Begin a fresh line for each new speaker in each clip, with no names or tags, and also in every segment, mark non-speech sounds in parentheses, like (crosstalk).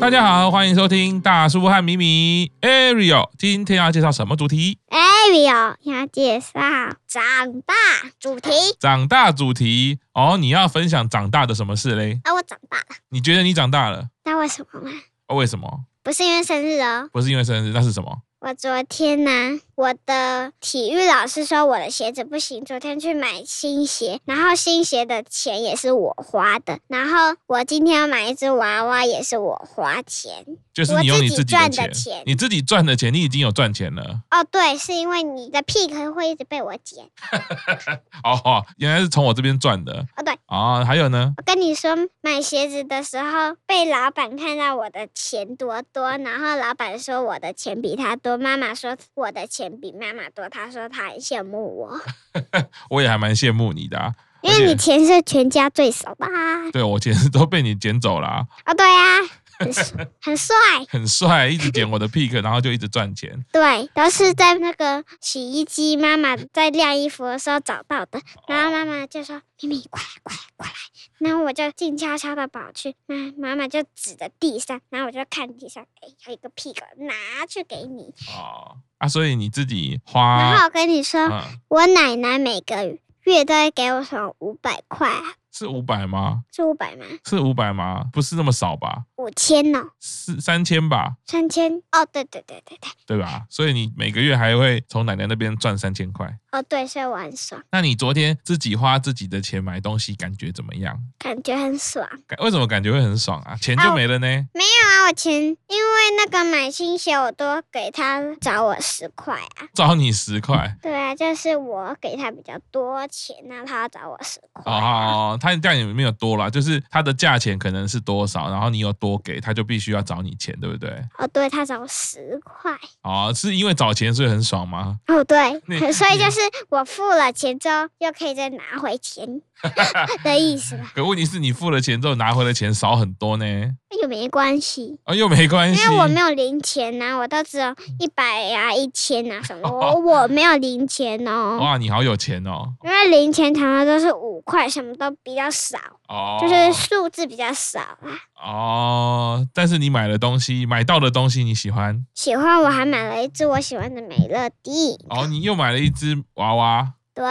大家好，欢迎收听大叔和米米 Ariel。今天要介绍什么主题？
Ariel 要介绍长大主题
长大主题哦。你要分享长大的什么事嘞？
啊，我长大了，
你觉得你长大了？
那为什么吗？
哦，为什么？
不是因为生日哦，
不是因为生日，那是什么？
我昨天呢、我的体育老师说我的鞋子不行，昨天去买新鞋，然后新鞋的钱也是我花的，然后我今天要买一只娃娃也是我花钱。
就是你用你自己的
我自
钱，
己赚的钱
你自己赚的钱，你已经有赚钱了。
哦，对，是因为你的屁可能会一直被我剪。
哦哦，原来是从我这边赚的。
哦，对，
哦，还有呢？
我跟你说，买鞋子的时候被老板看到我的钱多多，然后老板说我的钱比他多，妈妈说我的钱比妈妈多，他说他很羡慕我，
我也还蛮羡慕你的、啊。
因为
而且
你钱是全家最少的啊。
对我钱都被你捡走了啊、
哦，对啊，很 (laughs) 帅很帅，
很帅，一直捡我的 pick，然后 (laughs) 就一直赚钱。
对，都是在那个洗衣机妈妈在晾衣服的时候找到的，然后妈妈就说：“咪咪，过来，过来，过来。”然后我就静悄悄的跑去，妈妈妈就指着地上，然后我就看地上，哎，有一个屁股，拿去给你。
哦，啊，所以你自己
然
花
后，我跟你说，
嗯，
我奶奶每个月都会给我什么五百块啊，
是五百吗？
是五百吗？
是五百吗？不是那么少吧？
五千哦，
是三千吧？
三千哦，对对对对对，
对吧？所以你每个月还会从奶奶那边赚三千块。
哦对，所以我很爽，
那你昨天自己花自己的钱买东西，感觉怎么样？
感觉很爽。
感为什么感觉会很爽啊？钱就
啊
没了呢？
啊，我钱因为那个买新鞋，我都给他找我十块啊。
找你十块
对啊，就是我给他比较多钱，那他要找我十块啊。
哦，他这样也没有多啦，就是他的价钱可能是多少，然后你有多给，他就必须要找你钱，对不对？
哦，对，他找我十块。
哦，是因为找钱所以很爽吗？
哦，对
你，
(laughs) 所以
你
就是我付了钱之后，又可以再拿回
(laughs)
钱的意思吧？
可问题是你付了钱之后拿回的钱少很多呢，
又哎没关系。
啊、又没关系，
因为我没有零钱呐、我都只有一百呀、一千啊什么的，
哦
我我没有零钱哦。
哇，你好有钱哦，
因为零钱常常都是五块，什么都比较少，
哦，
就是数字比较少啊。
哦，但是你买的东西，买到的东西你喜欢，
喜欢我还买了一只我喜欢的美乐蒂，
哦，你又买了一只娃娃，
对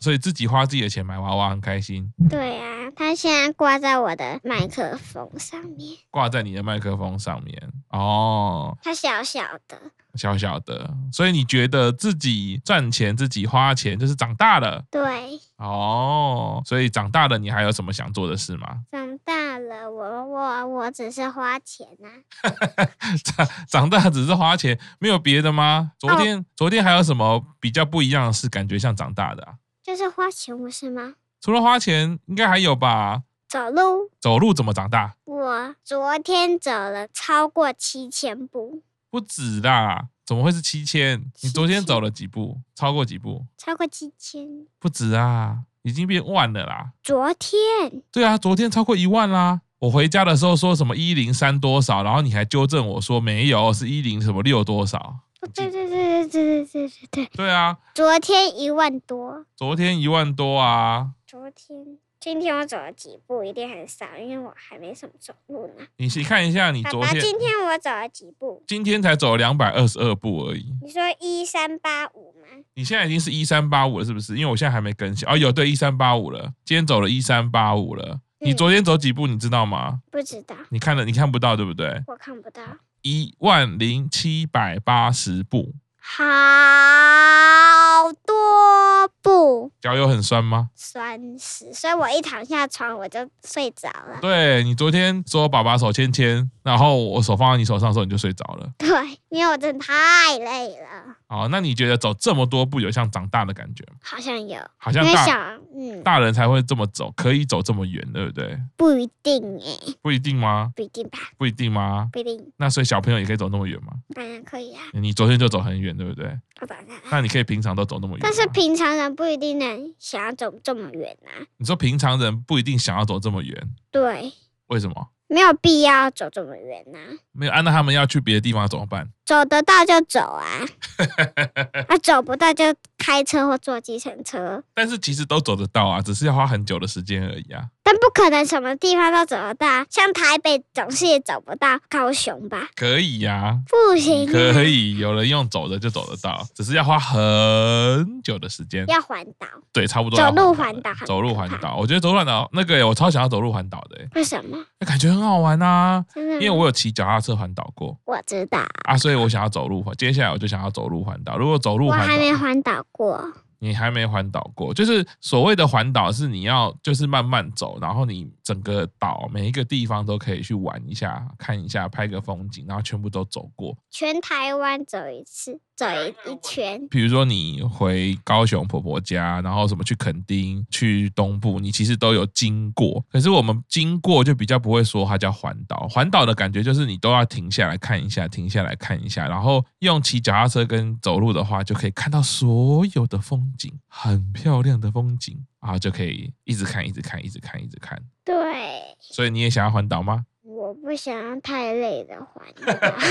所以自己花自己的钱买娃娃很开心，
对啊，它现在挂在我的麦克风上面，
挂在你的麦克风上面，哦，
它小小的，
小小的，所以你觉得自己赚钱、自己花钱，就是长大了，
对。
哦，所以长大了你还有什么想做的事吗？ (laughs)
长大了，我我我只是花钱啊呐、
长长大只是花钱，没有别的吗？昨天、昨天还有什么比较不一样的事？感觉像长大的、啊，
就是花钱不是吗？
除了花钱，应该还有吧？
走路
走路怎么长大？
我昨天走了超过七千步，
不止啦，怎么会是七千？你昨天
7000
走了几步？超过几步？
超过七千。
不止啊，已经变万了啦。
昨天
对啊，昨天超过一万啦。我回家的时候说什么一零三多少，然后你还纠正我说没有，是一零什么六多少。
哦，对对对对对对对对对，
对啊，
昨天一万多。
昨天一万多啊。
昨天今天我走了几步，一定很少，因为我还没什么走路呢。
你去看一下，你
爸
昨
爸，
天
今天我走了几步？
今天才走两百二十二步而已。
你说一三八五吗？
你现在已经是一三八五了，是不是？因为我现在还没更新。哦，有对一三八五了，今天走了一三八五了。你
嗯
昨天走几步，你知道吗？
不知道，
你看了，你看不到，对不对？
我看不到。
一万零七百八十步，
好多步，
脚有很酸吗？
酸死！所以我一躺下床我就睡着了。 (laughs)
对你昨天说爸爸手牵牵，然后我手放在你手上的时候你就睡着了。
对，因为我真的太累了，
哦，那你觉得走这么多步有像长大的感觉吗？
好像有。
好
因
像
为
大
想，嗯，
大人才会这么走，可以走这么远，对不对？
不一定哎、
不一定吗？
不一定吧，
不一定吗？
不一定，
那所以小朋友也可以走那么远吗？
当然可以啊，
你昨天就走很远，对不对？
我当然啊。
那你可以平常都走那么远吗。
但是平常人不一定能想要走这么远啊，
你说平常人不一定想要走这么远，
对，
为什么？
没有必要走这么远呐、啊
没有，按、啊、照他们要去别的地方怎么办？
走得到就走
(laughs)
啊，啊走不到就开车或坐计程车，
但是其实都走得到啊，只是要花很久的时间而已啊。
但不可能什么地方都走得到啊，像台北总是也走不到高雄吧？
可以
(laughs)
呀、
不行、啊，
可以，有人用走的就走得到，只是要花很久的时间。
要环岛，
对，差不多要
走路
环
环岛很可怕，
走路环岛，我觉得走路环岛那个耶我超想要走路环岛的耶，
为什么？
那感觉很好玩啊。
真的吗，
因为我有骑脚踏车环岛过
我知道，
啊，所以我想要走路环。接下来我就想要走路环岛。如果走路
我
环
还没
岛，啊
环岛过，
你还没环岛过，就是所谓的环岛是你要就是慢慢走，然后你整个岛每一个地方都可以去玩一下、看一下、拍个风景，然后全部都走过。
全台湾走一次，走一一圈。
比如说你回高雄婆婆家，然后什么去垦丁、去东部，你其实都有经过。可是我们经过就比较不会说它叫环岛，环岛的感觉就是你都要停下来看一下，停下来看一下，然后用骑脚踏车跟走路的话，就可以看到所有的风景，很漂亮的风景啊，就可以一直看，一直看，一直看，一直看。
对，
所以你也想要环岛吗？
我不想要太累的环岛，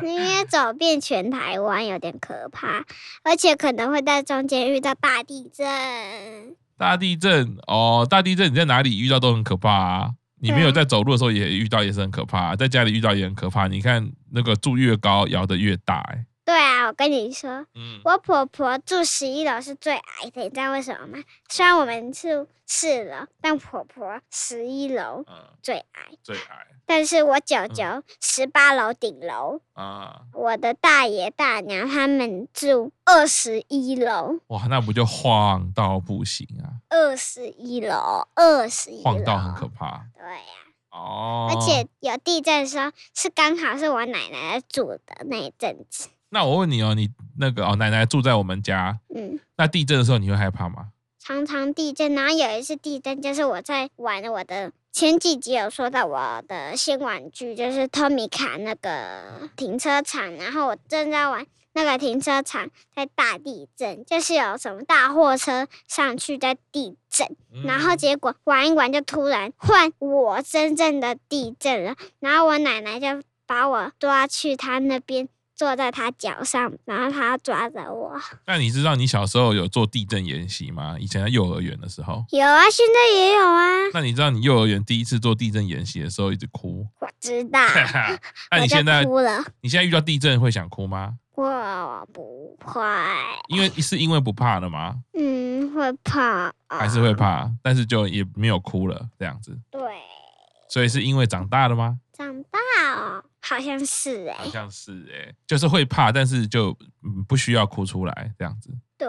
(laughs) 因为走遍全台湾有点可怕，而且可能会在中间遇到大地震。
大地震哦，大地震你在哪里遇到都很可怕啊。你没有在走路的时候也遇到，也是很可怕、啊在家里遇到也很可怕。你看那个住越高，摇得越大、欸。
对啊，我跟你说，
嗯，
我婆婆住十一楼是最矮的，你知道为什么吗？虽然我们是四楼，但婆婆十一楼
嗯，
最矮，
最矮
但是我舅舅十八楼顶楼，
啊，
我的大爷大娘他们住二十一楼，
哇，那不就晃到不行啊，
二十一楼，二十一楼，
晃到很可怕
对呀、
哦。
啊而且，有地震的时候，是刚好是我奶奶住的那一阵子，
那我问你哦，你那个哦，奶奶住在我们家，
嗯。
那地震的时候你会害怕吗？
常常地震，然后有一次地震就是我在玩我的前几集有说到我的新玩具，就是托米卡那个停车场，然后我正在玩那个停车场在大地震，就是有什么大货车上去在地震，
嗯
嗯然后结果玩一玩就突然换我真正的地震了，然后我奶奶就把我抓去她那边。坐在她脚上，然后她抓着我。
那你知道你小时候有做地震演习吗？以前在幼儿园的时候，
有啊，现在也有啊。
那你知道你幼儿园第一次做地震演习的时候一直哭，
我知道。
(laughs) 那
我
你
就
现在
哭了？
你现在遇到地震会想哭吗？
我不会，
因为是因为不怕了吗？
嗯，会怕，
还是会怕，但是就也没有哭了这样子，
对，
所以是因为长大了吗？
长大哦，好像是哎、
好像是哎、就是会怕，但是就嗯不需要哭出来这样子。
对，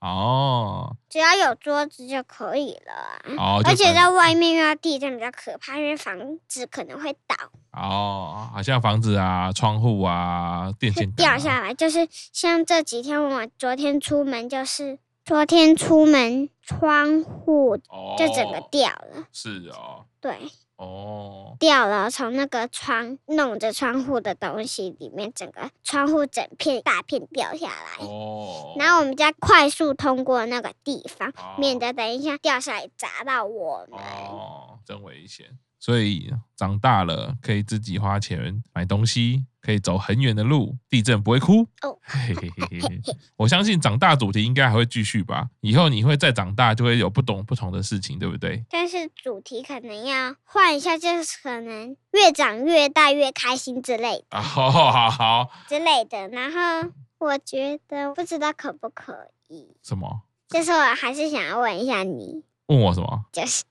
哦
只要有桌子就可以了啊、
哦，就
而且
反
在外面遇到地震比较可怕，因为房子可能会倒，
哦，好像房子啊、窗户啊、电
会
线杆啊
掉下来。就是像这几天，我昨天出门就是昨天出门窗户
哦，
就整个掉了，
是哦
对。
哦
掉了，从那个窗弄着窗户的东西里面，整个窗户整片大片掉下来。
哦，
然后我们家快速通过那个地方，
后
免得等一下掉下来砸到我们。
哦，真危险。所以长大了可以自己花钱买东西，可以走很远的路，地震不会哭。
哦
嘿嘿嘿嘿嘿，我相信长大主题应该还会继续吧。以后你会再长大，就会有不懂不同的事情，对不对？ (laughs)
但是主题可能要换一下，就是可能越长越大越开心之类
啊，好好好好，
之类的。然后我觉得不知道可不可以，
什么？
就是我还是想要问一下你，
问我什么？ (laughs)
就是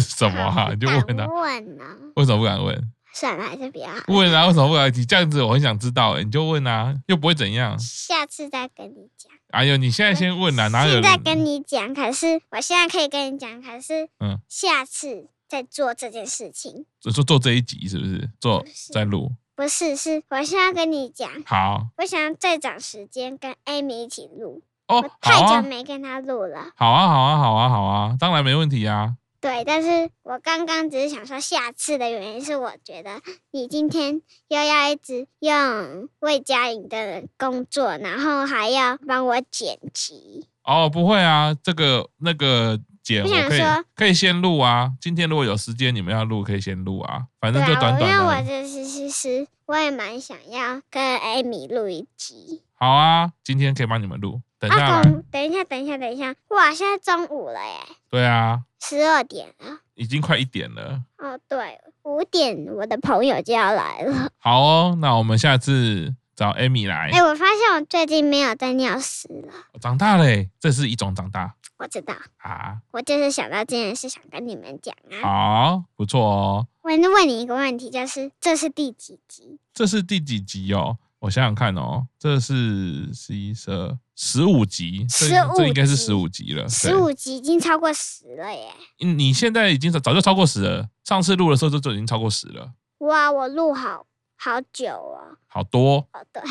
什么
(laughs)
啊？你就问
敢
啊？
问呢？
为什么不敢问？
算了，还是不要好了。
问啊？为什么不敢？你这样子我很想知道、欸，你就问啊，又不会怎样。
下次再跟你讲。
哎呦，你现在先问啊，哪有人？
现在跟你讲，可是我现在可以跟你讲，可是
嗯
下次再做这件事情，
就做这一集是不是？做
是
在录
不是？是我现在跟你讲，
好。
我想要再找时间跟 Amy 一起录，
哦
我，
好
太
啊
久，没跟她录了。
好啊，好啊，好啊，好啊，当然没问题啊。
对，但是我刚刚只是想说下次的原因是，我觉得你今天又要一直用魏佳颖的工作，然后还要帮我剪辑。
哦，不会啊，这个那个剪，
我想
可以
说
可以先录啊。今天如果有时间，你们要录可以先录啊，反
对
正就
啊，
短
我因
短
为
的。
我这是其实我也蛮想要跟艾米录一集。
好啊，今天可以帮你们录，等一下
啊，
来。
等等一下，等一下，等一下，哇，现在中午了耶，
对啊，
十二点了。
已经快一点了。
哦，对，五点我的朋友就要来了。
好哦，那我们下次找 Amy 来
哎、。我发现我最近没有在尿湿了。
长大嘞，这是一种长大
我知道，
啊。
我就是想到这件事，想跟你们讲啊。
好，不错哦。
我问你一个问题，就是这是第几集？
这是第几集哦？我想想看哦，这是十一、十二、十五集，这
15
这应该是
集
十五集了。对
十，五集已经超过十了耶！
嗯你现在已经早就超过十了，上次录的时候就就已经超过十了，
哇，我录好好久哦。
好多。
哦，对，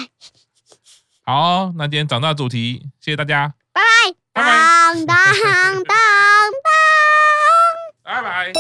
好哦，那今天长大主题，谢谢大家，
拜拜。
拜拜
当当当当。
拜拜。